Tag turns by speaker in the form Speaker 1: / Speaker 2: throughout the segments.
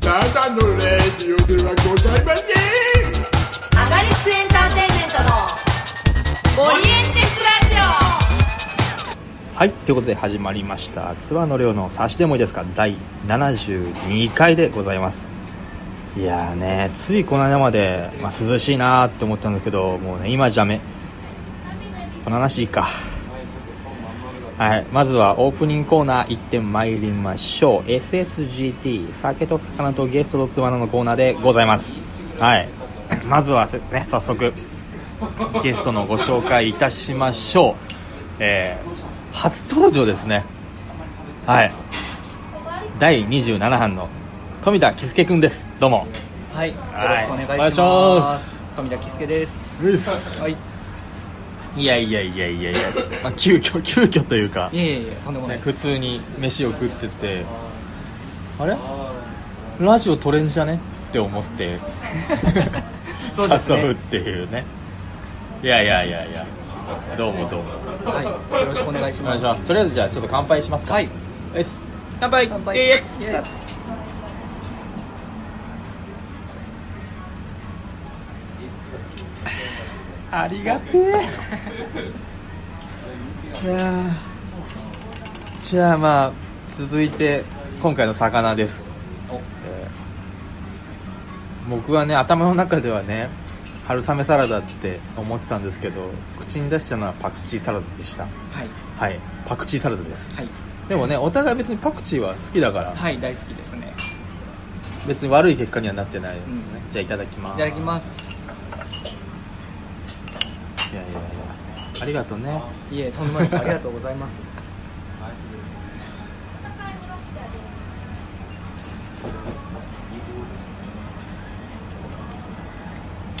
Speaker 1: ただのレディオではございません
Speaker 2: アガリスクエンターテインメントのオリエンテスラジ
Speaker 3: はい、ということで始まりました「ツアーの量の差しでもいいですか?」第72回でございますいやーねついこの間まで、まあ、涼しいなーって思ったんですけどもうね今じゃめこの話いいかはいまずはオープニングコーナー行ってまいりましょう SSGT 酒と魚とゲストとつまらのコーナーでございますはい まずはね早速ゲストのご紹介いたしましょう。えー初登場ですね。はい。第27班の富田喜助くんです。どうも。
Speaker 4: はい、よ
Speaker 3: はい
Speaker 4: ろしくお
Speaker 3: お
Speaker 4: 願
Speaker 3: 願
Speaker 4: い
Speaker 3: い
Speaker 4: し
Speaker 3: し
Speaker 4: ま。
Speaker 3: ます
Speaker 4: 富田喜助です。はい、い
Speaker 3: いやいやいやいやいや、まあ、急遽、急遽というか、
Speaker 4: えいえいえ、とんでもな
Speaker 3: ね
Speaker 4: いです。
Speaker 3: 普通に飯を食ってて、あれラジオ撮れんじゃねって思 って、
Speaker 4: そうですね
Speaker 3: 誘うっていうね。いやいやいやいや、どうもどうも。
Speaker 4: はい、よろしくお願いし
Speaker 3: お願
Speaker 4: ま
Speaker 3: いし
Speaker 4: す。
Speaker 3: ます。とりあえずじゃあちょっと乾杯しますか。
Speaker 4: はい、
Speaker 3: よし乾杯
Speaker 4: 乾杯。
Speaker 3: イエス
Speaker 4: イエス
Speaker 3: ありがてえいやーじゃあまあ続いて今回の魚です、
Speaker 4: お
Speaker 3: えー僕はね頭の中ではね春雨サラダって思ってたんですけど口に出したのはパクチーサラダでした
Speaker 4: はい、
Speaker 3: はいパクチーサラダです
Speaker 4: はい、
Speaker 3: でもねお互い別にパクチーは好きだから、
Speaker 4: はい、大好きですね。
Speaker 3: 別に悪い結果にはなってない、
Speaker 4: ん
Speaker 3: じゃあいただきま
Speaker 4: い
Speaker 3: す
Speaker 4: ただきます。
Speaker 3: いやいやいやありがとうね
Speaker 4: いえ、とんでもないです。ありがとうございます。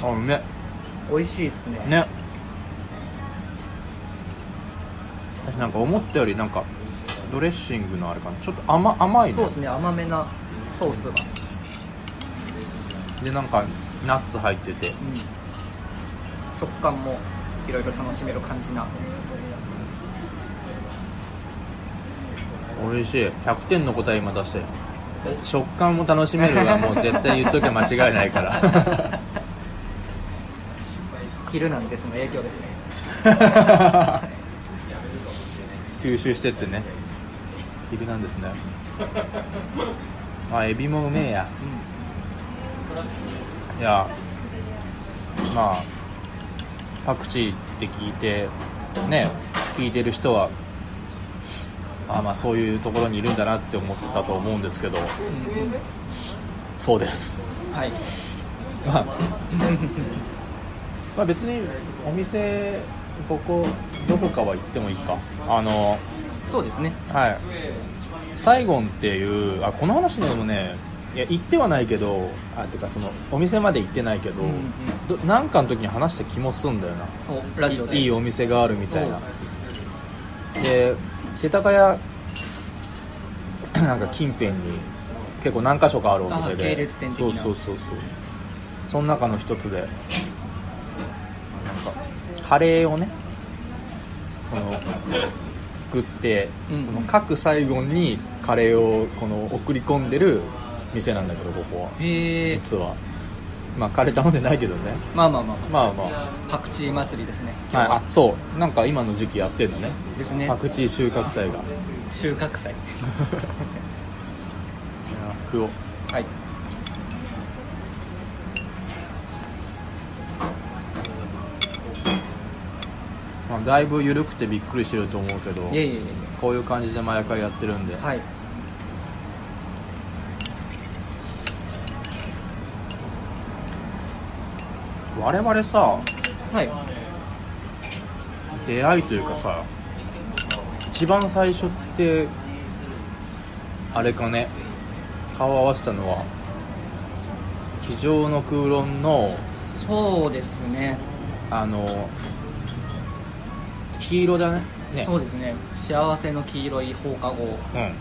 Speaker 3: あうめえ
Speaker 4: 美味しいですね。
Speaker 3: ね私なんか思ったよりなんかドレッシングのあれかなちょっと甘甘い
Speaker 4: そう
Speaker 3: ね
Speaker 4: ですね、甘めなソースが。
Speaker 3: でなんかナッツ入ってて
Speaker 4: うん。食感もいろいろ楽しめる感じな。
Speaker 3: 美味しい100点の答え今出したよ食感も楽しめるはもう絶対言っときゃ間違いないから
Speaker 4: 昼なんですの影響ですね。
Speaker 3: 吸収してってねエビなんですねあエビもうめえやいやまあパクチーって聞いてね聞いてる人はあまあそういうところにいるんだなって思ったと思うんですけど
Speaker 4: うん、うん、
Speaker 3: そうです、
Speaker 4: うんはい。
Speaker 3: まあ、 まあ別にお店ここどこかは行ってもいいかあの
Speaker 4: そうですね。
Speaker 3: はいサイゴンっていうあこの話ねでもねいや行ってはないけどあてかそのお店まで行ってないけど、
Speaker 4: うんうん
Speaker 3: どなんかの時に話した気もすんだよな
Speaker 4: お、ラジオで。
Speaker 3: いいお店があるみたいなで世田谷なんか近辺に結構何か所かあるお店で
Speaker 4: あ系列店的な
Speaker 3: そうそうそうそうその中の一つでなんかカレーをねその作って、
Speaker 4: うん
Speaker 3: その各最後にカレーをこの送り込んでる店なんだけどここは
Speaker 4: へえ。
Speaker 3: 実はまあカレー頼んでないけどね
Speaker 4: まあまあまあ。
Speaker 3: まあまあ
Speaker 4: パクチー祭りですね今
Speaker 3: はい、
Speaker 4: 日は
Speaker 3: あそうなんか今の時期やってんのね
Speaker 4: ですね
Speaker 3: パクチー収穫祭が
Speaker 4: 収穫祭
Speaker 3: 食おう
Speaker 4: はい
Speaker 3: まあ、だいぶ緩くてびっくりしてると思うけど
Speaker 4: いえいえい
Speaker 3: こういう感じで毎回やってるんで、
Speaker 4: えはい
Speaker 3: 我々さ
Speaker 4: はい
Speaker 3: 出会いというかさ一番最初ってあれかね顔合わせたのは机上の空論の
Speaker 4: そうですね
Speaker 3: あの黄色だねね
Speaker 4: そうですね幸せの黄色い放課後
Speaker 3: うん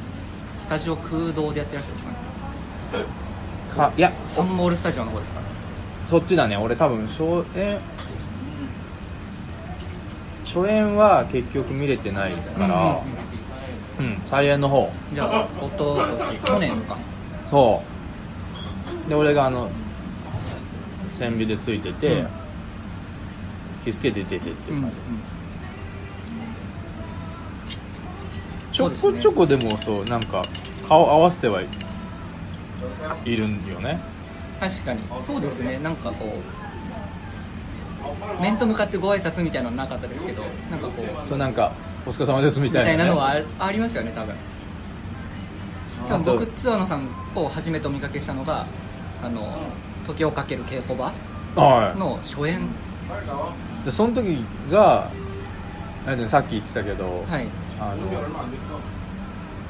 Speaker 4: スタジオ空洞でやってるやつですかね
Speaker 3: かいや
Speaker 4: サンモールスタジオの方ですかね
Speaker 3: そっちだね俺多分初演初演は結局見れてないから
Speaker 4: うんうんうん
Speaker 3: うん、再演の方
Speaker 4: じゃあ今年去年か
Speaker 3: そで俺があの線尾でついてて、
Speaker 4: うん
Speaker 3: 気付けて出てって
Speaker 4: う
Speaker 3: 感
Speaker 4: ん
Speaker 3: じ、
Speaker 4: うん
Speaker 3: ちょこちょこでもそうなんか顔合わせてはいいるんよね
Speaker 4: 確かにそうですねなんかこう面と向かってご挨拶みたいなのなかったですけどなんかこう
Speaker 3: そうなんか「お疲れ様です」み
Speaker 4: み
Speaker 3: たいな,、
Speaker 4: た
Speaker 3: ね、
Speaker 4: いなのはあありますよね多分でも僕ツアーのさんを初めてお見かけしたのがあの時をかける稽古場
Speaker 3: はい
Speaker 4: の初演
Speaker 3: でその時がなんでさっき言ってたけど、
Speaker 4: はい
Speaker 3: あの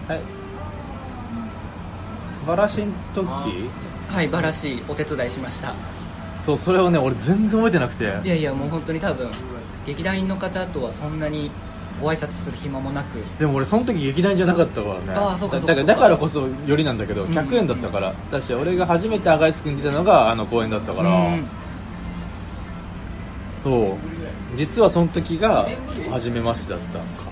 Speaker 3: はいバラシの時
Speaker 4: はいバラシお手伝いしました
Speaker 3: そうそれをね俺全然覚えてなくて
Speaker 4: いやいやもう本当に多分劇団員の方とはそんなにご挨拶する暇もなく
Speaker 3: でも俺その時劇団じゃなかったからね
Speaker 4: ああそうかそう
Speaker 3: だ
Speaker 4: か
Speaker 3: からだからこそよりなんだけど
Speaker 4: うん
Speaker 3: 100円だったから、だし俺が初めて赤いつくん出たのがあの公演だったから、
Speaker 4: うん
Speaker 3: そう実はその時が初めましてだったのか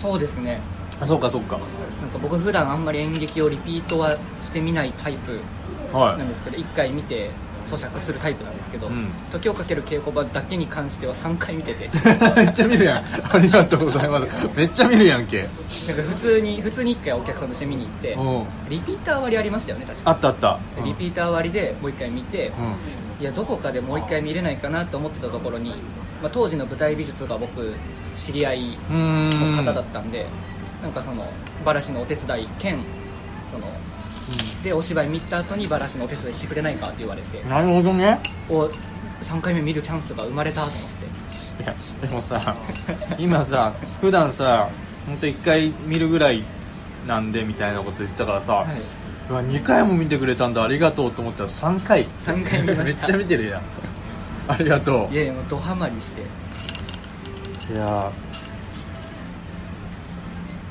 Speaker 4: そうですね
Speaker 3: あそうかそうか
Speaker 4: なんか僕普段あんまり演劇をリピートはしてみないタイプ
Speaker 3: は
Speaker 4: なんですけど1回見て咀嚼するタイプなんですけど、
Speaker 3: うん
Speaker 4: 時をかける稽古場だけに関しては3回見てて
Speaker 3: めっちゃ見るやんありがとうございますめっちゃ見るやんけ
Speaker 4: なんか普通に普通に1回お客さんとして見に行って
Speaker 3: うん
Speaker 4: リピーター割ありましたよね確
Speaker 3: あ
Speaker 4: か
Speaker 3: ったあった
Speaker 4: リピーター割でもう1回見て、
Speaker 3: うん
Speaker 4: いやどこかでもう1回見れないかなと思ってたところに、まあ、当時の舞台美術が僕知り合い
Speaker 3: うん
Speaker 4: の方だったんで、なんかそのバラシのお手伝い兼そのでお芝居見た後にバラシのお手伝いしてくれないかって言われて、
Speaker 3: なるほどね
Speaker 4: お3回目見るチャンスが生まれたと思って
Speaker 3: いやでもさ 今さ普段さ本当一1回見るぐらいなんでみたいなこと言ったからさ、
Speaker 4: はいう
Speaker 3: わ2回も見てくれたんだありがとうと思ったら3回
Speaker 4: 三回見ました
Speaker 3: めっちゃ見てる やんありがと
Speaker 4: いやいやもうドハマりして
Speaker 3: ういや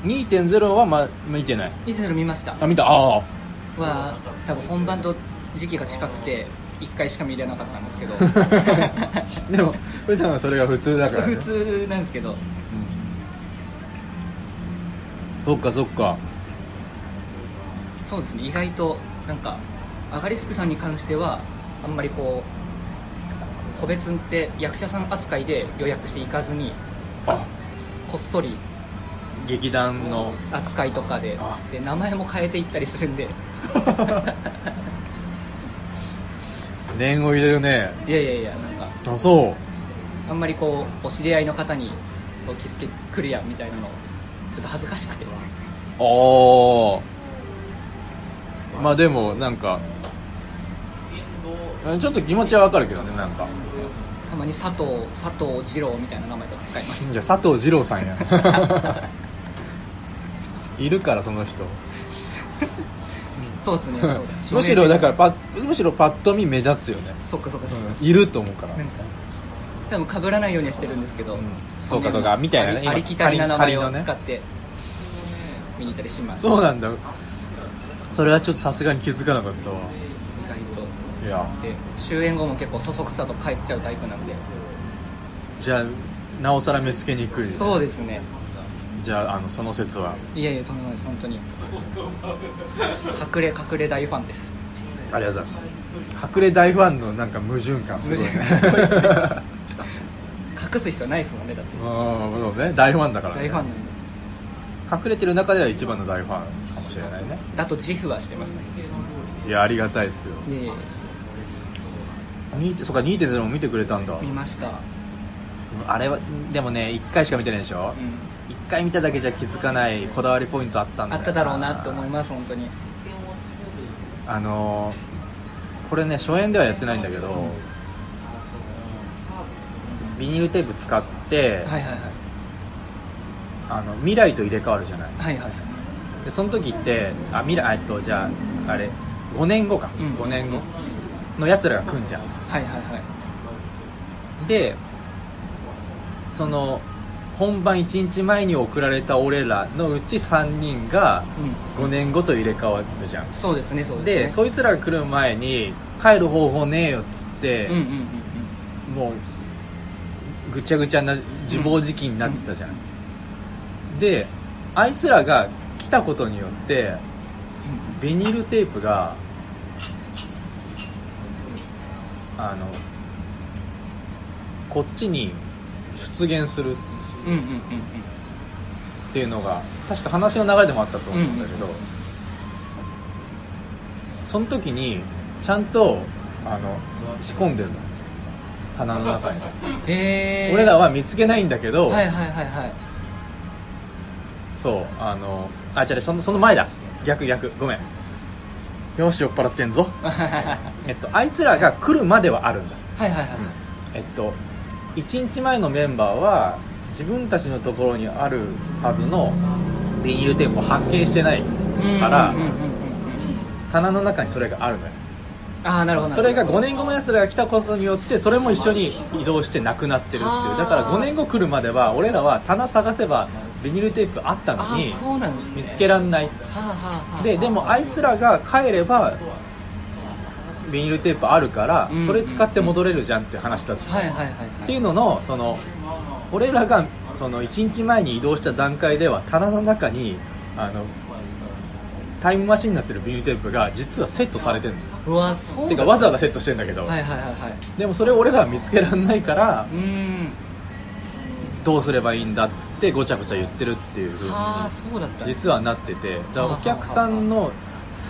Speaker 3: ー2.0はま見てない
Speaker 4: いつの見ました
Speaker 3: あ見たあ あ
Speaker 4: は多分本番と時期が近くて1回しか見れなかったんです けど
Speaker 3: でも普段はそれが普通だから、ね、
Speaker 4: 普通なんですけど
Speaker 3: そっかそっか
Speaker 4: そうですね意外となんかアガリスクさんに関してはあんまりこう個別って役者さん扱いで予約していかずに
Speaker 3: あ
Speaker 4: こっそり
Speaker 3: 劇団の
Speaker 4: 扱いとかで
Speaker 3: あ
Speaker 4: で名前も変えていったりす るんで
Speaker 3: 念を入れるね
Speaker 4: いやいやいやなんか
Speaker 3: あそ
Speaker 4: あんまりこうお知り合いの方にこう気付け来るやんみたいなのちょっと恥ずかしくて
Speaker 3: うああまあでもなんかちょっと気持ちはわかるけどねなんか
Speaker 4: たまに佐藤佐藤二郎みたいな名前とか使います
Speaker 3: じゃあ佐藤二郎さんや いるからその人
Speaker 4: そうです ねそう
Speaker 3: むしろだかららパッむしろパッと見目立つよね、
Speaker 4: そっかそっかそっか、
Speaker 3: いると思うから
Speaker 4: なんか多分被らないようにはしてるんですけど、
Speaker 3: んそうかそうかみたいなね
Speaker 4: あり
Speaker 3: 今
Speaker 4: ありきたりな名前
Speaker 3: 仮の
Speaker 4: を
Speaker 3: ね
Speaker 4: 使って見に行ったりします
Speaker 3: そうなんだそれはちょっとさすがに気づかなかったわ
Speaker 4: 意外と
Speaker 3: いや
Speaker 4: で終演後も結構そそくさと帰っちゃうタイプなんで
Speaker 3: じゃあなおさら目つけにくい
Speaker 4: そうですね
Speaker 3: じゃああのその説はい
Speaker 4: やいやとんでもないです本当に隠れ隠れ大ファンです
Speaker 3: ありがとうございます隠れ大ファンのなんか矛盾感すごい ね
Speaker 4: 矛盾感すごいですね隠す必要ないですもんねだって
Speaker 3: うんそうね大ファンだから、ね、
Speaker 4: 大ファンなんで
Speaker 3: 隠れてる中では一番の大ファンかもしれないね
Speaker 4: だと自負はしてますね
Speaker 3: いやありがたいですよ
Speaker 4: で
Speaker 3: 2そっか2.0も見てくれたんだ
Speaker 4: 見ました、
Speaker 3: あれはでもね1回しか見てないでしょ
Speaker 4: うん、
Speaker 3: 1回見ただけじゃ気づかないこだわりポイントあったんだ
Speaker 4: あ
Speaker 3: よ
Speaker 4: っただろうなって思います本当に
Speaker 3: あのーこれね初演ではやってないんだけどビニールテープ使って、
Speaker 4: はいはいはい
Speaker 3: あの未来と入れ替わるじゃない
Speaker 4: はいはいはい
Speaker 3: でその時ってあ未来あえっとじゃああれ5年後か、
Speaker 4: うん
Speaker 3: 5年後のやつらが来んじゃん
Speaker 4: はいはいはい
Speaker 3: でその本番1日前に送られた俺らのうち3人が
Speaker 4: う
Speaker 3: 5年後と入れ替わるじゃん
Speaker 4: んそうですねそ
Speaker 3: で
Speaker 4: うですね
Speaker 3: そいつらが来る前に帰る方法ねえよっつって、
Speaker 4: うんうんうんうん
Speaker 3: もうぐちゃぐちゃな自暴自棄になってたじゃん、であいつらが来たことによってビニールテープがあのこっちに出現する
Speaker 4: うんうんうん
Speaker 3: っていうのが確か話の流れでもあったと思うんだけど、
Speaker 4: うんうん
Speaker 3: その時にちゃんとあの仕込んでるの棚の中に、
Speaker 4: うんへえ
Speaker 3: 俺ら
Speaker 4: は
Speaker 3: は見つけないんだけど、
Speaker 4: はいはいはいはい
Speaker 3: そうあのあ違うそのその前だ逆逆ごめんよし酔っ払ってんぞえっとあいつらが来るまではあるんだ
Speaker 4: はいはいはいはい
Speaker 3: えっと1日前のメンバーは自分たちのところにあるはずのビニールテープを発見してないから
Speaker 4: うんうんうんうんうん
Speaker 3: 棚の中にそれがあるのよ
Speaker 4: ああなるほどな
Speaker 3: それが
Speaker 4: るほ
Speaker 3: 5
Speaker 4: ど
Speaker 3: 年後のやつらが来たことによってそれも一緒に移動してなくなってるっていう
Speaker 2: はあ
Speaker 3: だから5年後来るまでは俺らは棚探せばビニールテープあったの
Speaker 4: あ
Speaker 3: に
Speaker 4: あそうなんです
Speaker 3: 見
Speaker 4: ね
Speaker 3: つけらんない
Speaker 4: はあはあはあ
Speaker 3: ででもあいつらが帰ればビニールテープあるから
Speaker 4: うん
Speaker 3: それ使って戻れるじゃんっていう話だった
Speaker 4: はいはいはいは
Speaker 3: っ
Speaker 4: い
Speaker 3: ていうののその俺らがその1日前に移動した段階では棚の中にあのタイムマシンになってるビニールテープが実はセットされてるの
Speaker 4: うわそうなん
Speaker 3: てかわざわざセットしてんだけど、
Speaker 4: はいはいはいはい
Speaker 3: でもそれを俺らは見つけられないから
Speaker 4: うーん
Speaker 3: どうすればいいんだっつってごちゃごちゃ言ってるっていう風に
Speaker 4: はあそうだった
Speaker 3: 実はなっててだからお客さんの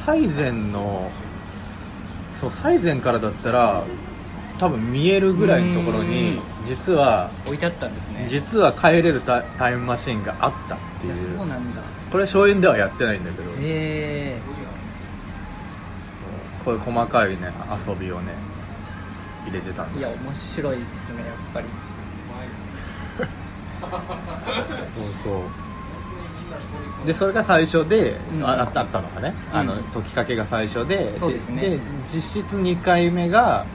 Speaker 3: 最善のそう最善からだったら多分見えるぐらいのところに実は
Speaker 4: 置いてあったんですね
Speaker 3: 実は帰れるタタイムマシンがあったって
Speaker 4: い
Speaker 3: いう
Speaker 4: やそうなんだ
Speaker 3: これ荘園ではやってないんだけど
Speaker 4: へえ
Speaker 3: こういう細かいね遊びをね入れてたん
Speaker 4: い
Speaker 3: で
Speaker 4: や
Speaker 3: す
Speaker 4: 面白いですねやっぱり
Speaker 3: そうそうでそれが最初で、
Speaker 4: うん
Speaker 3: ああったあったのかね、
Speaker 4: うん
Speaker 3: あの解きかけが最初で
Speaker 4: そうですね
Speaker 3: で実質2回目が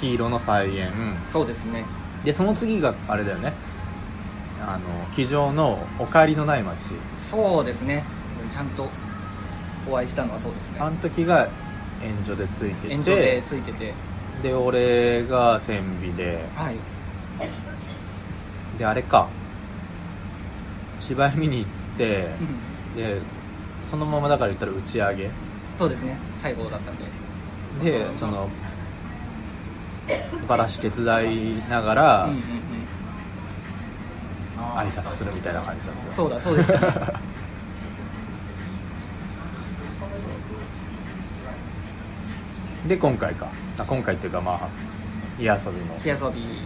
Speaker 3: 黄色の菜園
Speaker 4: そうですね
Speaker 3: でその次があれだよねあの机上の「おかえりのない街
Speaker 4: そうですねちゃんとお会いしたのはそうです」ね
Speaker 3: あの時が援助でついてて
Speaker 4: 炎上でついてて
Speaker 3: で俺が千尾で
Speaker 4: はい
Speaker 3: であれか芝居見に行って、
Speaker 4: うん
Speaker 3: でそのままだから言ったら打ち上げ
Speaker 4: そうですね最後だったんで
Speaker 3: でそのバラシ手伝いながら
Speaker 4: うんうんうん
Speaker 3: 挨拶するみたいな感じだった、
Speaker 4: そうだそうでしたね
Speaker 3: で今回かあ今回っていうかまあ火遊びの
Speaker 4: 火遊び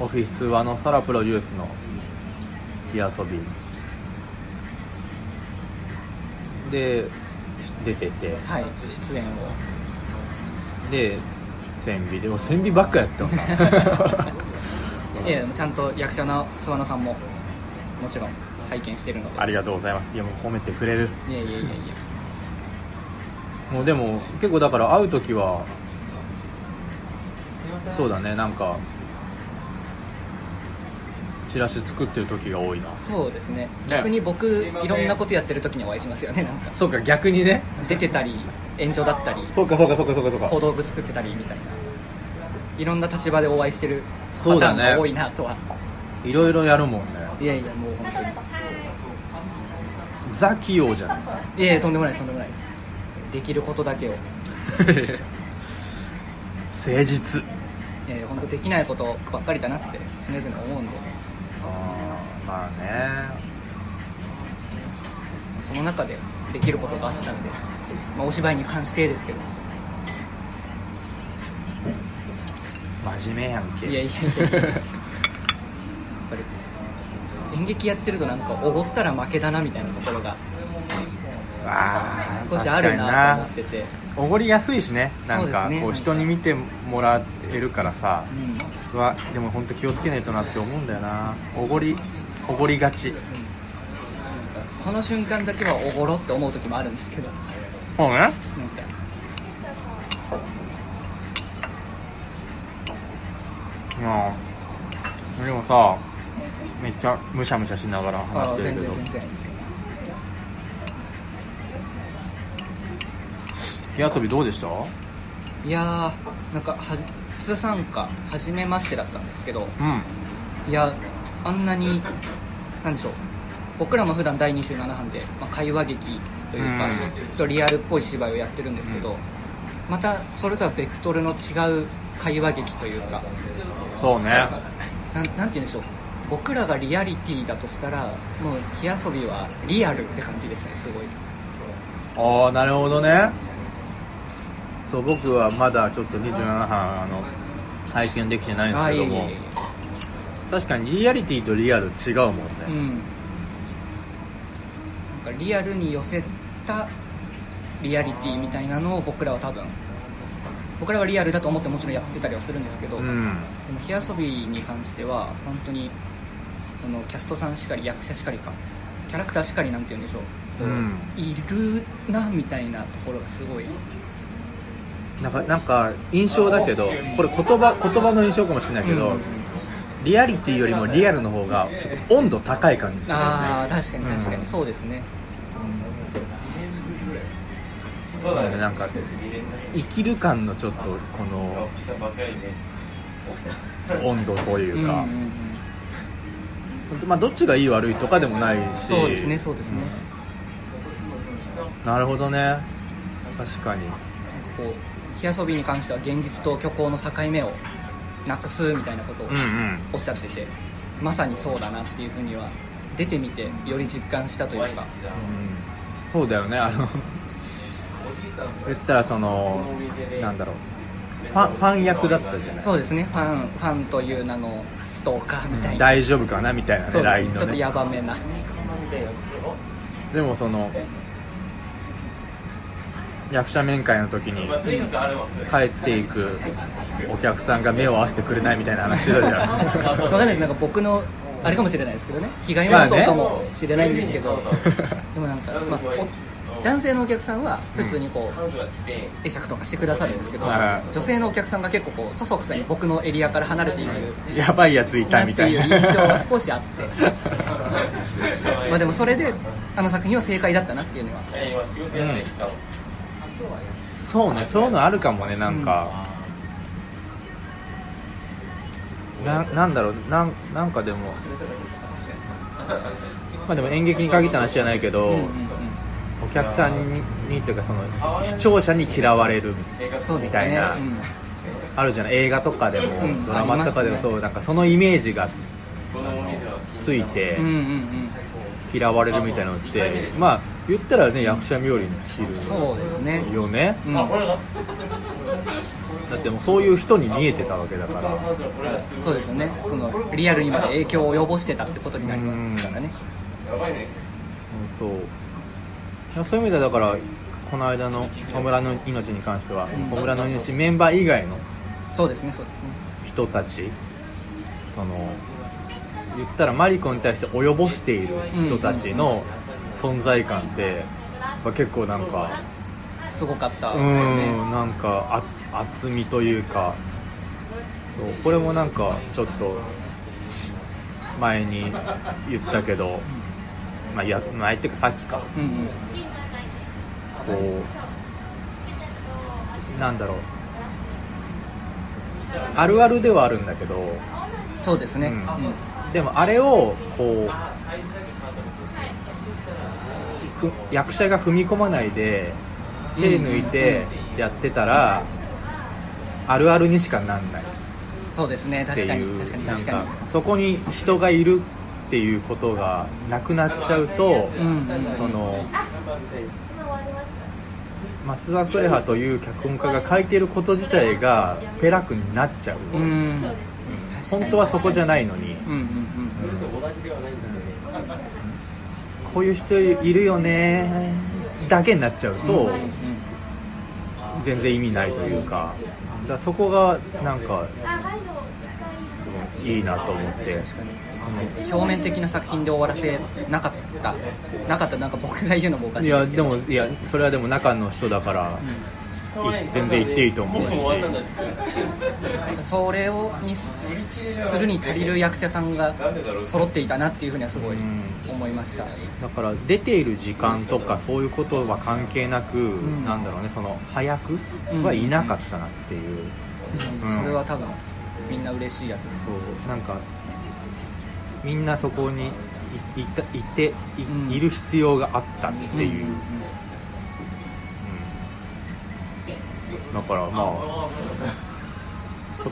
Speaker 3: オフィスワの空プロデュースの火遊びで出てて
Speaker 4: はい出演を
Speaker 3: で千尾でもう千尾ばっかやったもんな
Speaker 4: いやでもちゃんと役者の諏訪野さんももちろん拝見してるので
Speaker 3: ありがとうございますいやもう褒めてくれる
Speaker 4: いやいやいやいや
Speaker 3: もうでも結構だから会う時はそうだねなんかチラシ作ってる時が多いな
Speaker 4: そうですね逆に僕いろんなことやってる時にお会いしますよねなんか
Speaker 3: そうか逆にね
Speaker 4: 出てたり炎上だったり
Speaker 3: そうかそうかそうかそうかそうか
Speaker 4: 小道具作ってたりみたいないろんな立場でお会いしてるパ
Speaker 3: そう
Speaker 4: タ
Speaker 3: だ
Speaker 4: ーン
Speaker 3: ね
Speaker 4: が多いなとは、
Speaker 3: いろいろやるもんね
Speaker 4: いやいやもう本
Speaker 3: ザ器用じゃない
Speaker 4: 当にいやいやとんでもないですとんでもないですできることだけをい
Speaker 3: 誠実
Speaker 4: やいや本当できないことばっかりだなって常々思うんで
Speaker 3: あーまあね
Speaker 4: その中でできることがあったんで、まあ、お芝居に関してですけど
Speaker 3: 真面目やんけ
Speaker 4: いやいやいやいややっぱり演劇やってるとなんかおごったら負けだなみたいなところが
Speaker 3: あー
Speaker 4: 少しある
Speaker 3: 確
Speaker 4: な
Speaker 3: か
Speaker 4: と
Speaker 3: に
Speaker 4: 思ってて
Speaker 3: おごりやすいしねなん
Speaker 4: そ
Speaker 3: か
Speaker 4: うですね
Speaker 3: こう人に見てもらえるからさ
Speaker 4: うん、うん
Speaker 3: うわでも本当気をつけないとなって思うんだよなおごりおごりがち
Speaker 4: この瞬間だけはおごろって思う時もあるんですけどなん
Speaker 3: そうね
Speaker 4: か
Speaker 3: うんでもさめっちゃむしゃむしゃしながら話
Speaker 4: あ
Speaker 3: し
Speaker 4: ー
Speaker 3: てる
Speaker 4: 全
Speaker 3: け
Speaker 4: 然
Speaker 3: ど
Speaker 4: 全然
Speaker 3: 火遊びどうでしたうん
Speaker 4: いやーなんかは初参加初めましてだったんですけどいやあんなになんでしょう僕らも普段第27班で、まあ、会話劇というか、
Speaker 3: うん
Speaker 4: ちょっとリアルっぽい芝居をやってるんですけど、
Speaker 3: うん
Speaker 4: またそれとはベクトルの違う会話劇というか
Speaker 3: そうね
Speaker 4: なんなんて言うんでしょう僕らがリアリティだとしたらもう火遊びはリアルって感じでしたねすごい
Speaker 3: ああなるほどねそう僕はまだちょっと27班あの拝見できてないんです
Speaker 4: あ
Speaker 3: け
Speaker 4: い
Speaker 3: ど
Speaker 4: えいえい
Speaker 3: も
Speaker 4: え
Speaker 3: 確かにリアリティとリアル違うもんね、
Speaker 4: うんなんかリアルに寄せたリアリティみたいなのを僕らは多分僕らはリアルだと思ってもちろんやってたりはするんですけど、
Speaker 3: う
Speaker 4: でも
Speaker 3: ん、
Speaker 4: 火遊びに関しては本当にそのキャストさんしかり役者しかりかキャラクターしかりなんて言うんでしょう、こ
Speaker 3: うん
Speaker 4: いるなみたいなところがすごい
Speaker 3: なんかなんか印象だけどこれ言葉言葉の印象かもしれないけど、
Speaker 4: うん
Speaker 3: リアリティよりもリアルの方がちょっと温度高い感じするよね
Speaker 4: ああ確かに確か
Speaker 3: う
Speaker 4: に
Speaker 3: ん
Speaker 4: そうですね、
Speaker 3: そうだねなんか生きる感のちょっとこの温度というか、
Speaker 4: うんうんうん
Speaker 3: まあ、どっちがいい悪いとかでもないし
Speaker 4: そうですねそうですね、
Speaker 3: なるほどね確かに
Speaker 4: なんかこう火遊びに関しては現実と虚構の境目をなくすみたいなことを
Speaker 3: うんうん
Speaker 4: おっしゃってて、まさにそうだなっていうふうには出てみてより実感したというか
Speaker 3: そうだよねあの言ったらそのなんだろうファンファン役だったじゃない
Speaker 4: そうですねファンファンという名のストーカーみたいな、
Speaker 3: 大丈夫かなみたいな
Speaker 4: そ
Speaker 3: ね
Speaker 4: うで
Speaker 3: ラ
Speaker 4: す
Speaker 3: イン
Speaker 4: ね
Speaker 3: の
Speaker 4: ちょっと
Speaker 3: ね
Speaker 4: ヤバ めな
Speaker 3: でもその役者面会の時に帰っていくお客さんが目を合わせてくれないみたいな話だじゃ
Speaker 4: わ
Speaker 3: ん
Speaker 4: かんないですなんか僕のあれかもしれないですけどね被害妄想かもしれないんですけど、でもなんか、まあ、お男性のお客さんは普通にこう、会釈とかしてくださるんですけど、
Speaker 3: はい
Speaker 4: 女性のお客さんが結構こうそそくさに僕のエリアから離れていく
Speaker 3: やばいやついた
Speaker 4: な
Speaker 3: み
Speaker 4: って
Speaker 3: た
Speaker 4: い
Speaker 3: いうな
Speaker 4: 印象が少しあ ってまあでもそれであの作品は正解だったなっていうのは
Speaker 3: そうねそういうのあるかもねなんか、ななんだろうなんなんかでもまあでも演劇に限った話じゃないけど、
Speaker 4: うんうん
Speaker 3: お客さんににというかその視聴者に嫌われる
Speaker 4: うんそうで
Speaker 3: み
Speaker 4: す
Speaker 3: たい
Speaker 4: ね
Speaker 3: な
Speaker 4: うん
Speaker 3: あるじゃない映画とかでも、
Speaker 4: うん
Speaker 3: ドラマとかでも
Speaker 4: あります
Speaker 3: そ
Speaker 4: ね
Speaker 3: う、なんかそのイメージがついて
Speaker 4: うんうんうん
Speaker 3: 嫌われるみたいなのって、まあ言ったらね役者冥利に尽きる
Speaker 4: そうですね
Speaker 3: よね、
Speaker 4: うん
Speaker 3: だってもうそういう人に見えてたわけだから
Speaker 4: そうですよねそのリアルにまで影響を及ぼしてたってことになりますからね
Speaker 3: そういやそういう意味ではだからこの間の「小村の命」に関しては
Speaker 4: ん
Speaker 3: 「小村の命」メンバー以外の
Speaker 4: そうですねそうですね
Speaker 3: 人たちその言ったらマリコに対して及ぼしている人たちの存在感ってまあ結構なんか
Speaker 4: すごかった
Speaker 3: う
Speaker 4: ですよね
Speaker 3: んなんかあ厚みというかそうこれもなんかちょっと前に言ったけど、まあ、や前っていうかさっきか
Speaker 4: うんうん
Speaker 3: こうなんだろうあるあるではあるんだけど、
Speaker 4: そうですね、
Speaker 3: う
Speaker 4: うんん
Speaker 3: でもあれをこうふ役者が踏み込まないで手抜いてやってたら、あるあるにしかなんないっ
Speaker 4: そうですね
Speaker 3: て
Speaker 4: 確か
Speaker 3: い
Speaker 4: に
Speaker 3: う
Speaker 4: 確かに
Speaker 3: なん
Speaker 4: 確
Speaker 3: か
Speaker 4: か
Speaker 3: そこに人がいるっていうことがなくなっちゃうと、
Speaker 4: にうんうんうん
Speaker 3: その松田クレハという脚本家が書いてること自体がペラクになっちゃう、
Speaker 4: うん
Speaker 3: 本当はそこじゃ
Speaker 4: い
Speaker 3: ないのに
Speaker 4: うんうんうん
Speaker 3: こういう人いるよねだけになっちゃうと、全然意味ないというかだからそこがなんかいいなと思って
Speaker 4: 確かに表面的な作品で終わらせなかったなかったなんか僕が言うのもおかし
Speaker 3: い
Speaker 4: いで
Speaker 3: や
Speaker 4: すけ
Speaker 3: で
Speaker 4: ど
Speaker 3: もいやそれはでも中の人だから、い全然言っていいと思うし
Speaker 4: それをにすするに足りる役者さんが揃っていたなっていうふうにはすごい
Speaker 3: うん
Speaker 4: 思いました、
Speaker 3: だから出ている時間とかそういうことは関係なく、
Speaker 4: ん
Speaker 3: なんだろうねその早くはいなかったなっていう、うん
Speaker 4: それは多分みんな嬉しいやつです
Speaker 3: そうなんかみんなそこにいいたいてい,、
Speaker 4: うん
Speaker 3: いる必要があったっていう、
Speaker 4: ん
Speaker 3: だからまあ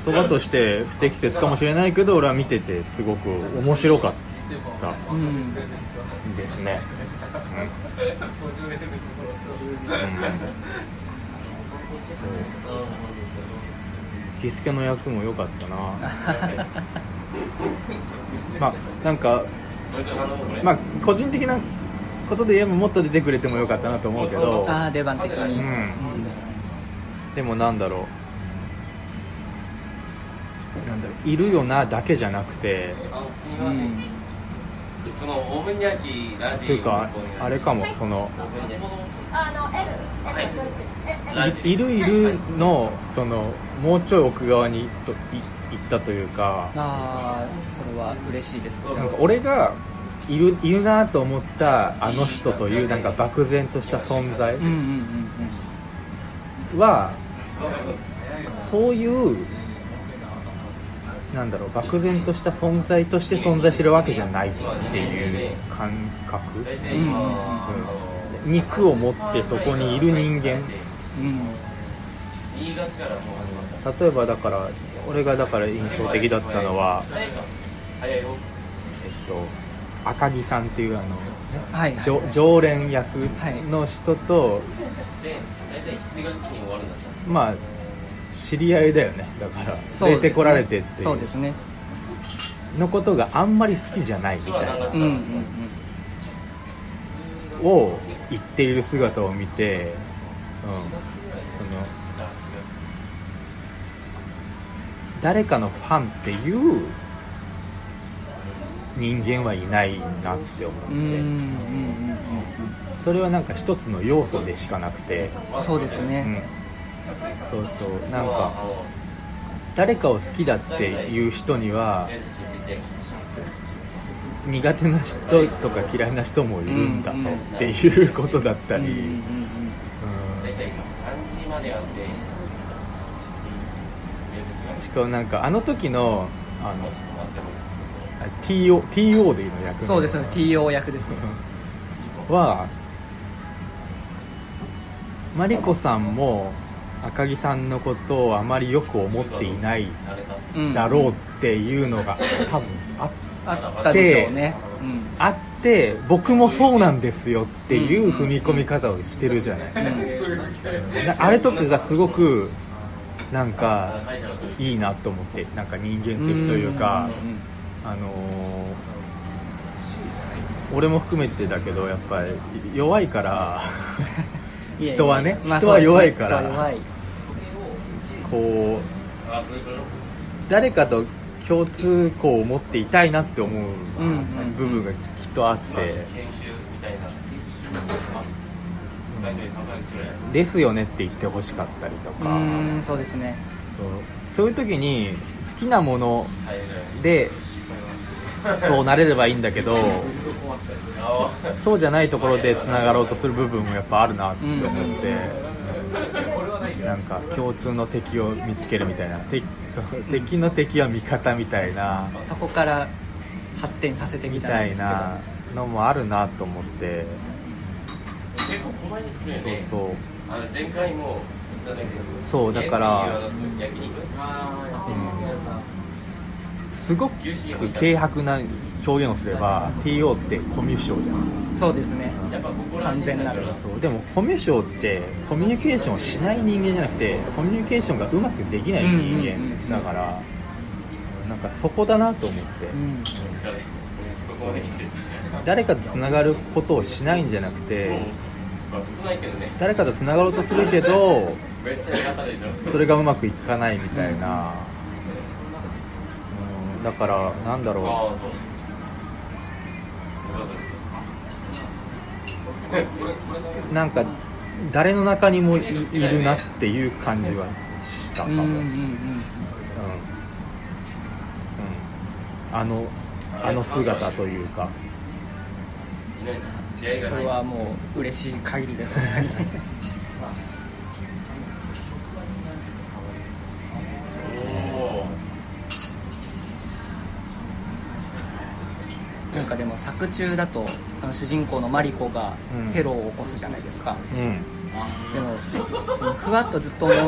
Speaker 3: 言葉として不適切かもしれないけど俺は見ててすごく面白かった
Speaker 4: うん
Speaker 3: ですね、うんうん、キスケの役も良かったなまあなんかまあ個人的なことで言えばもっと出てくれてもよかったなと思うけど
Speaker 4: ああ出番的に、
Speaker 3: うんでもなんだろうなんだろういるよなだけじゃなくて
Speaker 5: あのすみ
Speaker 4: う
Speaker 5: ません、
Speaker 4: ん
Speaker 5: このオーブン焼きラジ
Speaker 3: というかあれかもその
Speaker 5: オーブン焼き
Speaker 2: あの L L
Speaker 5: ラ
Speaker 3: い
Speaker 5: ジ
Speaker 3: いるいるのそのもうちょい奥側にとい行ったというか
Speaker 4: ああそれは嬉しいですけど
Speaker 3: なんか俺がいるいるなと思ったあの人というなんか漠然とした存在
Speaker 4: うんうんうんうん
Speaker 3: はそういうなんだろう漠然とした存在として存在してるわけじゃないっていう感覚
Speaker 5: 大体今、
Speaker 4: うん
Speaker 5: あの
Speaker 3: 肉を持ってそこにいる人間
Speaker 4: うん
Speaker 5: 2月からもう始まった
Speaker 3: 例えばだから俺がだから印象的だったのは、えっ
Speaker 5: 早いか早いよ
Speaker 3: と、赤木さんっていうあの、ね
Speaker 4: はいはい
Speaker 3: じょ常連役の人と、
Speaker 5: で大体7月に終わるんだった
Speaker 3: まあ知り合いだよねだから
Speaker 4: そう
Speaker 3: 連れ
Speaker 4: ですね
Speaker 3: てこられてってい
Speaker 4: そうで
Speaker 3: う
Speaker 4: すね
Speaker 3: のことがあんまり好きじゃないみたいな
Speaker 4: うんうんうん
Speaker 3: を言っている姿を見て、うん、その誰かのファンっていう人間はいないなって思
Speaker 4: うんうんうん
Speaker 3: ってそれはなんか一つの要素でしかなくて、
Speaker 4: うんうんそうです
Speaker 3: う
Speaker 4: ね
Speaker 3: ん、そうそうなんか誰かを好きだっていう人には苦手な人とか嫌いな人もいるんだぞっていうことだった
Speaker 4: うんうんう
Speaker 3: り、うん
Speaker 4: ん
Speaker 5: 大体今3時までやって面
Speaker 3: しかもなんかあの時のあ
Speaker 5: 接がち
Speaker 3: の
Speaker 5: ょっと待っても
Speaker 3: あ TO, TO でいうの役
Speaker 4: う
Speaker 3: の
Speaker 4: んそうですね TO 役ですね
Speaker 3: うんはマリコさんも赤木さんのことをあまりよく思っていない
Speaker 5: られた
Speaker 4: うん
Speaker 3: だろうっていうのが多分あっ
Speaker 4: あったでしょうねうん
Speaker 3: あって僕もそうなんですよっていう踏み込み方をしてるじゃない、なあれとかがすごくなんかいいなと思ってなんか人間的というか、あのー俺も含めてだけどやっぱり弱い から
Speaker 4: いやいや
Speaker 3: 人はね
Speaker 4: まあ
Speaker 3: 人は弱いから
Speaker 4: そうですね人は弱い
Speaker 3: こう誰かと共通項を持っていたいなって思う
Speaker 4: うんうん
Speaker 3: 部分がきっとあって。
Speaker 5: 研修みたいな大体3ヶ月ぐらい
Speaker 3: ですよねって言ってほしかったりと
Speaker 4: う
Speaker 3: か、
Speaker 4: ーんそうですね
Speaker 3: そうそういう時に好きなもの
Speaker 5: 大変だよ
Speaker 3: でそうなれればいいんだけど
Speaker 5: あ
Speaker 3: そうじゃないところでつながろうとする部分もやっぱあるなって思って、なんか共通の敵を見つけるみたいな敵その敵の敵は味方みたいな
Speaker 4: そこから発展させて
Speaker 3: み
Speaker 4: みた
Speaker 3: た
Speaker 4: い
Speaker 3: い
Speaker 4: ですけど
Speaker 3: なのもあるなと思って
Speaker 5: 結構このに来るよ
Speaker 3: そう
Speaker 5: ね
Speaker 3: そう
Speaker 5: あの前回もなんだっけ
Speaker 3: そうだから
Speaker 5: 焼肉
Speaker 3: すごく軽薄な表現をすれば TO ってコミュ障じゃん
Speaker 4: そうですね
Speaker 5: やっぱここら
Speaker 4: 完全なる
Speaker 3: そうでもコミュ障ってコミュニケーションをしない人間じゃなくてコミュニケーションがうまくできない人間だから、なんかそこだなと思って、
Speaker 4: うん
Speaker 5: ですからねここまで来て
Speaker 3: 誰かとつながることをしないんじゃなくて、
Speaker 5: うんまあ少ないけどね
Speaker 3: 誰かとつながろうとするけど
Speaker 5: めっちゃ嫌だでしょ
Speaker 3: それがうまくいかないみたいな、うん、だからなんだ
Speaker 5: ああそうよかったです
Speaker 3: ろう
Speaker 5: これこれこれ
Speaker 3: なんか誰の中にもいいるなっていう感じはしたか
Speaker 4: うんう
Speaker 3: も。
Speaker 4: んうん
Speaker 3: うんうん、あのあの姿というか
Speaker 5: いない出会いが
Speaker 4: そ
Speaker 5: ない
Speaker 4: れはもう嬉しい限りです本当に
Speaker 5: お
Speaker 4: なんかでも作中だとあの主人公のマリコが
Speaker 3: うん
Speaker 4: テロを起こすじゃないですか、
Speaker 3: うん
Speaker 5: ー
Speaker 4: でもふわっとずっと思い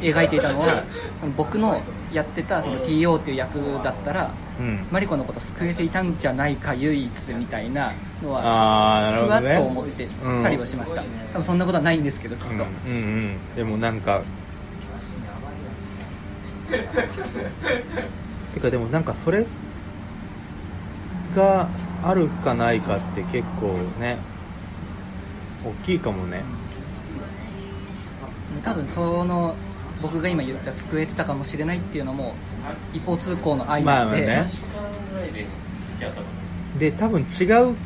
Speaker 4: 描いていたのはその僕のやってたその TO っていう役だったら
Speaker 3: うん
Speaker 4: マリコのこと救えていたんじゃないか唯一みたいなのは
Speaker 3: ああなる
Speaker 4: ふ
Speaker 3: ほど
Speaker 4: わ
Speaker 3: ね
Speaker 4: っと思ってたりはしました、多分そんなことはないんですけどきっと、
Speaker 3: うんうんうんでもなんかてかでもなんかそれがあるかないかって結構ね大きいかもね
Speaker 4: 多分その僕が今言った救えてたかもしれないっていうのも一方通行の愛なので、
Speaker 3: まあね
Speaker 5: 時間ぐらいで付き合ったの
Speaker 3: で多分違う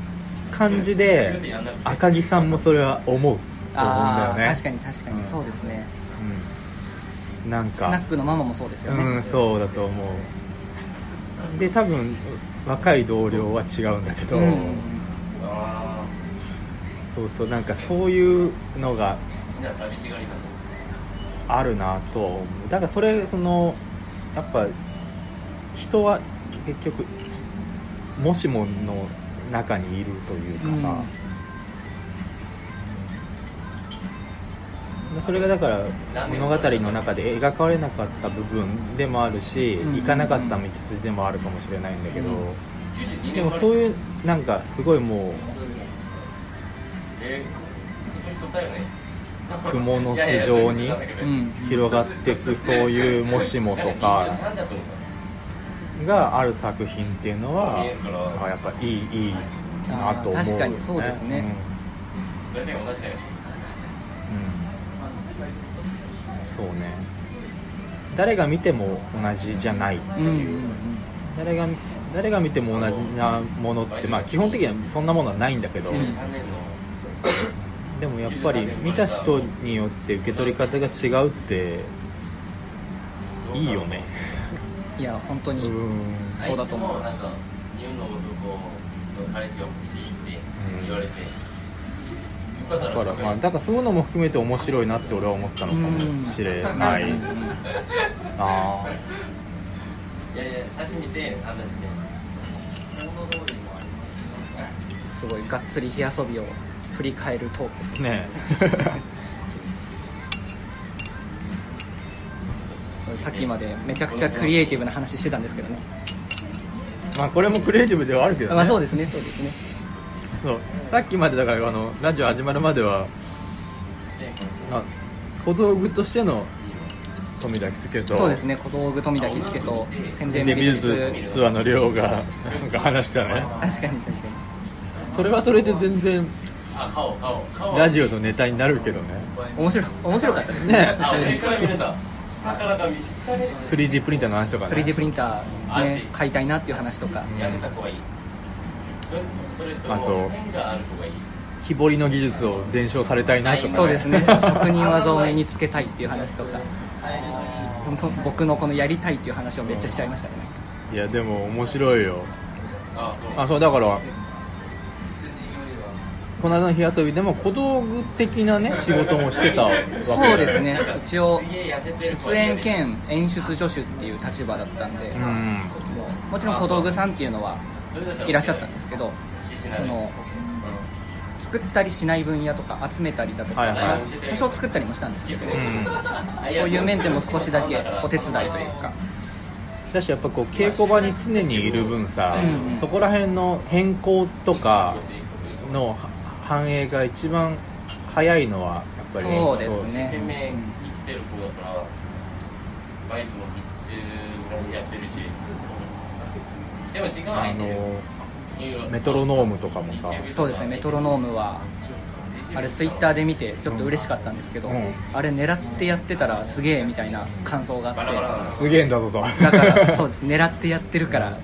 Speaker 3: 感じで赤木さんもそれは思うと思うんだ
Speaker 4: あ
Speaker 3: よ
Speaker 4: あ
Speaker 3: ね
Speaker 4: 確かに確かに、
Speaker 3: うん
Speaker 4: そうですね
Speaker 3: うんなん
Speaker 4: ス
Speaker 3: か
Speaker 4: ナックのママもそうですよね、
Speaker 3: うんそうだと思うで多分若い同僚は違うんだけど、
Speaker 4: うん
Speaker 5: あ
Speaker 3: そうそうなんかそういうのが
Speaker 5: あみんな寂しがりなの
Speaker 3: あるなとは思うだからそれそのやっぱ人は結局もしもの中にいるというかさ、それがだから物語の中で描かれなかった部分でもあるし、
Speaker 4: うん
Speaker 3: 行かなかった道筋でもあるかもしれないんだけど、
Speaker 4: うん
Speaker 5: 92年
Speaker 3: でもそういうなんかすごいもう
Speaker 5: えー年取ったよね
Speaker 3: 蜘蛛の巣状に
Speaker 5: いやいや
Speaker 4: うんうん
Speaker 3: 広がっていくそういうもしもとか
Speaker 5: なんだと思う
Speaker 3: がある作品っていうのはあやっぱいいいいなと思うよね、
Speaker 4: あー確かにそうですね
Speaker 5: 大体同じだよ
Speaker 3: うんうんそうね誰が見ても同じじゃない
Speaker 4: うんうんうん
Speaker 3: 誰が誰が見ても同じなものってまあ基本的にはそんなものはないんだけど、
Speaker 4: うん
Speaker 5: 3年の
Speaker 3: でもやっぱり見た人によって受け取り方が違うっていいよね
Speaker 4: いや本当
Speaker 3: う
Speaker 4: に、
Speaker 3: ん
Speaker 4: そうだと思う
Speaker 5: あいつもなんか日本の男の彼氏が欲しいって言われて、よかっ
Speaker 3: だ
Speaker 5: た
Speaker 3: からら
Speaker 5: しい
Speaker 3: まあだからそういうのも含めて面白いなって俺は思ったのかもしれない
Speaker 4: うん
Speaker 3: あ
Speaker 5: いやいや写真見て話して
Speaker 4: すごいがっつり火遊びを振り返るトークです
Speaker 3: ーね
Speaker 4: さっきまでめちゃくちゃクリエイティブな話してたんですけどね
Speaker 3: えまあこれもクリエイティブではあるけどね、
Speaker 4: まあそうですねそうですね
Speaker 3: そうさっきまでだからあのラジオ始まるまではあ小道具としての富田喜助と
Speaker 4: そうですね小道具富田喜助と宣
Speaker 3: で
Speaker 4: 伝美
Speaker 3: 美術
Speaker 4: 術
Speaker 3: ツアーの量がなんか話したね
Speaker 4: 確かに確か
Speaker 3: それはそれで全然
Speaker 5: あ顔顔顔
Speaker 3: ラジオのネタになるけどね
Speaker 4: に面白面白かったです ね
Speaker 3: ね
Speaker 5: あ上 から見れた下からが見下で
Speaker 3: 3D プリンターの話とかね
Speaker 4: 3D プリンター、ね
Speaker 5: 足、
Speaker 4: 買いたいなっていう話とか
Speaker 5: 痩せた子がいいそれそれと
Speaker 3: あと
Speaker 5: も線がある子がいい
Speaker 3: 木彫りの技術を伝承されたいなとか、
Speaker 4: そうです ね職人技を身につけたいっていう話とかぼ僕のこのやりたいっていう話をめっちゃしちゃいましたね
Speaker 3: いやでも面白いよ
Speaker 5: あそう
Speaker 3: あそうだからこの間の火遊びでも小道具的 なね仕事もしてたわけだよ
Speaker 4: そうですね一応
Speaker 5: すげえ痩せてる子
Speaker 4: 出
Speaker 5: がいい
Speaker 4: 演兼演出助手っていう立場だったんで、
Speaker 3: う
Speaker 4: も
Speaker 3: ん
Speaker 4: うもちろん小道具さんっていうのは
Speaker 5: それだたら
Speaker 4: いらっしゃったんですけど
Speaker 5: 自信ない
Speaker 4: その
Speaker 5: う
Speaker 4: 作ったりしない分野とか集めたりだとか、
Speaker 3: はいはい
Speaker 4: まあ多少作ったりもしたんですけど、
Speaker 5: う
Speaker 3: うん
Speaker 4: そういう面でも少しだけお手伝いというか
Speaker 3: だしやっぱこう稽古場に常にいる分さ、
Speaker 4: うんうん
Speaker 3: そこら辺の変更とかの反映が一番早いのはやっぱり
Speaker 4: そうです
Speaker 5: ん
Speaker 4: ね
Speaker 5: 懸命生きてる子だからバイトも日中ぐらいやってるしでも時間は空
Speaker 3: あ
Speaker 5: いてる
Speaker 3: のメトロノームとかもさ
Speaker 4: そうですねメトロノームはあれツイッターで見てちょっと嬉しかったんですけど、
Speaker 3: うん
Speaker 4: あれ狙ってやってたらすげえみたいな感想があって
Speaker 5: バラバラなんです
Speaker 3: すげえんだぞと
Speaker 4: だからそうです狙ってやってるから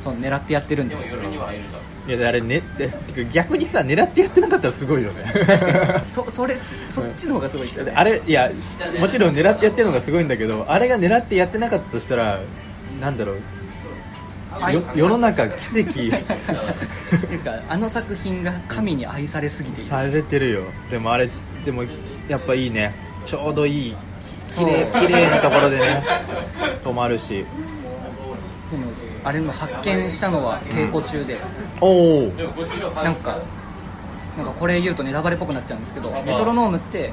Speaker 4: そう狙ってやってるん
Speaker 5: で
Speaker 4: で
Speaker 5: も
Speaker 4: すよ
Speaker 5: 夜には会えるじゃん
Speaker 3: いやであれねでてか逆にさ狙ってやってなかったらすごいよね
Speaker 4: 確 かにそそれそっちの方がすごいですよね
Speaker 3: あれいやもちろん狙ってやってるのがすごいんだけどあれが狙ってやってなかったとしたらなんだろう
Speaker 4: あ
Speaker 3: よ世の中奇
Speaker 5: だから
Speaker 3: 跡
Speaker 4: っていうかあの作品が神に愛されすぎている
Speaker 3: されてるよでもあれでもやっぱいいねちょうどいいき
Speaker 4: そう
Speaker 3: 綺麗綺麗なところでね止まるし
Speaker 4: でもあれも発見したのは稽古中で、
Speaker 3: おお
Speaker 5: でもこっちの
Speaker 4: なんかなんかこれ言うとネタバレっぽくなっちゃうんですけど
Speaker 5: まあ
Speaker 4: メトロノームって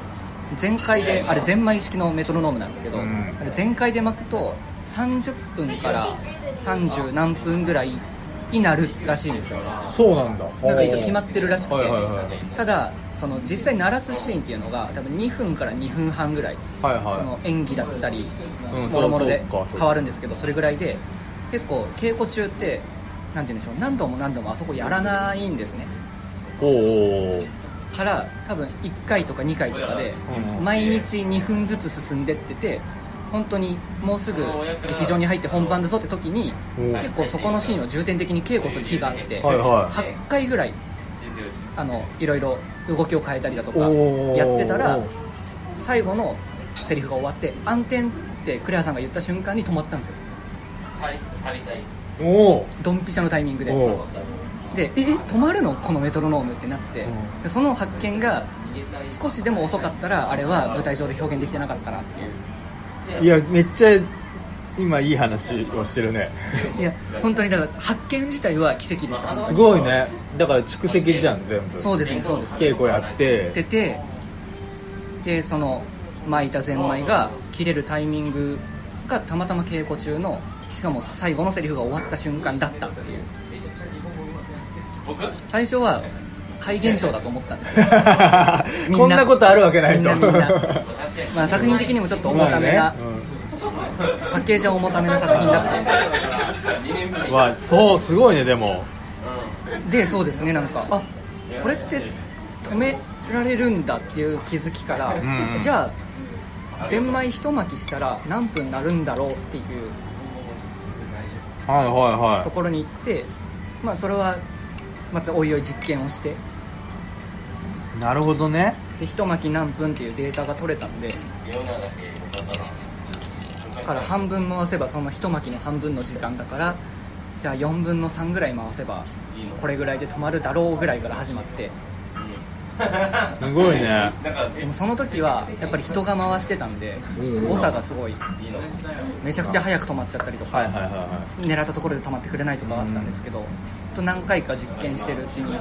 Speaker 4: 全開であれ全枚式のメトロノームなんですけど、
Speaker 3: うん
Speaker 4: あれ全開で巻くと30分から30何分ぐらいになるらしいんですよ
Speaker 3: そうなんだ
Speaker 4: なんか一応決まってるらしくて
Speaker 3: はいはいはい
Speaker 4: ただその実際鳴らすシーンっていうのが多分2分から2分半ぐらい
Speaker 3: はい
Speaker 4: そ
Speaker 3: は
Speaker 4: の演技だったり、
Speaker 3: うん
Speaker 4: もろもろで
Speaker 3: そうそうか
Speaker 4: 変わるんですけどそれぐらいで結構稽古中ってなんて言うんでしょう何度も何度もあそこやらないんですね
Speaker 3: いおおー
Speaker 4: から多分1回とか2回とかで
Speaker 3: うんうん
Speaker 4: 毎日2分ずつ進んでってて本当にもうすぐ劇場に入って本番だぞって時に
Speaker 3: うん
Speaker 4: 結構そこのシーンを重点的に稽古する日があって
Speaker 3: はいは
Speaker 4: 8回ぐらいあのいろいろ動きを変えたりだとか
Speaker 3: おー
Speaker 4: やってたら最後のセリフが終わって「暗転」ってクレアさんが言った瞬間に止まったんですよ
Speaker 5: さりさりたい
Speaker 3: いお
Speaker 4: ドンピシャのタイミングで
Speaker 3: おー
Speaker 4: で「ええ止まるのこのメトロノーム」ってなって
Speaker 3: うん
Speaker 4: でその発見が少しでも遅かったらあれは舞台上で表現できてなかったなっていう
Speaker 3: いやめっちゃ今いい話をしてるね
Speaker 4: いや本当にだから発見自体は奇跡でした
Speaker 3: すごいねだから蓄積じゃん全部
Speaker 4: そうですねそうです
Speaker 3: 稽古やって
Speaker 4: っててでその巻いたゼンマイが切れるタイミングがたまたま稽古中のしかも最後のセリフが終わった瞬間だったっていう
Speaker 5: 僕
Speaker 4: 最初は怪現象だと思ったんですよみ
Speaker 3: こんなことあるわけないと
Speaker 4: みんなみ んな
Speaker 5: 確かに
Speaker 4: まあ作品的にもちょっと重ため な、
Speaker 3: まあね
Speaker 4: パッケージは重ためな作品だったんで
Speaker 5: 2年ぶり
Speaker 3: うんわそうすごいねでも
Speaker 4: でそうですねなんかあこれって止められるんだっていう気づきから、
Speaker 3: んうん
Speaker 4: じゃあゼンマイ一巻きしたら何分なるんだろうっていう
Speaker 3: はいはい
Speaker 4: と
Speaker 3: は
Speaker 4: ころに行ってまあそれはまたおいおい実験をして
Speaker 3: いなるほどね
Speaker 4: で一巻き何分っていうデータが取れたんで
Speaker 5: 世の中でよかったな
Speaker 4: から半分回せばその一巻きの半分の時間だからじゃあ4分の3ぐらい回せば
Speaker 5: いいの
Speaker 4: これぐらいで止まるだろうぐらいから始まって
Speaker 3: すごいね
Speaker 5: だから
Speaker 4: で
Speaker 5: 全
Speaker 4: も
Speaker 5: 部
Speaker 4: その時はやっぱり人が回してたんで誤差がすごい
Speaker 5: いいの
Speaker 4: めちゃくちゃ早く止まっちゃったりと
Speaker 3: はいはい
Speaker 4: か
Speaker 3: はいは
Speaker 4: 狙ったところで止まってくれないとかがあったんですけどと何回か実験してるうちに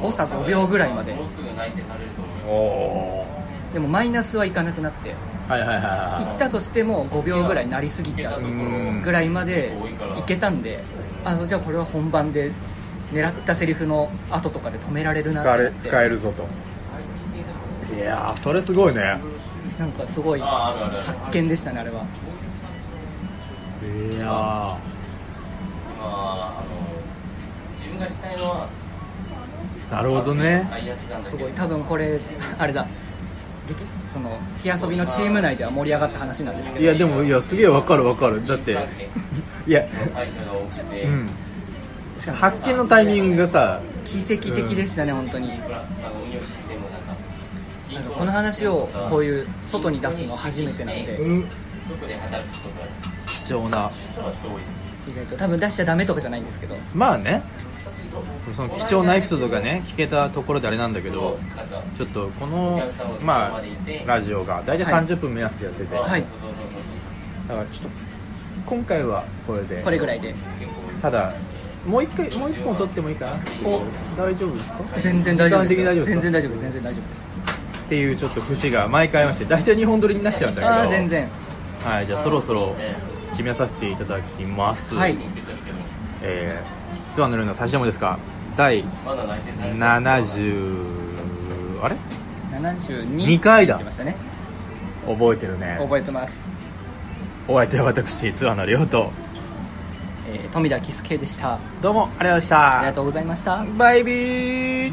Speaker 4: 誤差5秒ぐらいまで
Speaker 5: もうすぐ内定されると思う
Speaker 3: いおお
Speaker 4: でもマイナスはいかなくなって
Speaker 3: はいはいはいはい
Speaker 4: 行ったとしても5秒ぐらいなりすぎちゃうぐらいまで行けたんであじゃあこれは本番で狙ったセリフの後とかで止められるなってなって
Speaker 3: るぞといやーそれすごいね
Speaker 4: なんかすごい
Speaker 5: ああるあるある
Speaker 4: 発見でしたねあれはい
Speaker 3: や
Speaker 5: まああの自分がしたいのは
Speaker 3: ーなるほどね
Speaker 5: ああいうやつなんだ
Speaker 4: す
Speaker 5: け
Speaker 4: ご
Speaker 5: ど
Speaker 4: い多分これ あれだ劇その火遊びのチーム内では盛り上がった話なんですけど
Speaker 3: いやでもいやすげえわかるわかるだっていや
Speaker 5: 会社が多くて、
Speaker 3: うんしかも発見のタイミングがさ
Speaker 4: 奇跡的でしたね本当に
Speaker 5: ブラあの運用システムなんか
Speaker 4: なんかこの話をこういう外に出すの初めてなんで
Speaker 3: ん
Speaker 5: 外で働く人が
Speaker 3: 貴重な
Speaker 5: ちょっと人多い
Speaker 4: 意外と多分出しちゃダメとかじゃないんですけど
Speaker 3: まあねその貴重なエピソードがね聞けたところであれなんだけど
Speaker 5: なんか
Speaker 3: ちょっとこの、まあ、ラジオが大体30分目安でやってて、
Speaker 4: はい
Speaker 5: そうそうそうそう
Speaker 3: だからちょっと今回はこれで
Speaker 4: これぐらいで
Speaker 3: ただもう一回もう一本撮ってもいいかな
Speaker 4: お
Speaker 3: 大丈夫ですか
Speaker 4: 全然大丈夫
Speaker 3: 時間的に大丈
Speaker 4: で
Speaker 3: 夫
Speaker 4: す
Speaker 3: ですか
Speaker 4: 全然大丈夫です全然大丈夫です
Speaker 3: っていうちょっと節が毎回ありまして大体2本撮りになっちゃうんだけど
Speaker 4: ああ全然
Speaker 3: はいじゃあそろそろ締めさせていただきます
Speaker 4: はい
Speaker 3: えー、ツアーのルーの差しもですか第
Speaker 5: まだ内定されてる
Speaker 3: 70あれ
Speaker 4: 72
Speaker 3: 二回だ
Speaker 4: って言ってましたね
Speaker 3: 覚えてるね
Speaker 4: 覚えてます、
Speaker 3: お相手は私ツアーのりょうと
Speaker 4: えー、富田キスケでした
Speaker 3: どうもありがとうございました
Speaker 4: ありがとうございました
Speaker 3: バイビー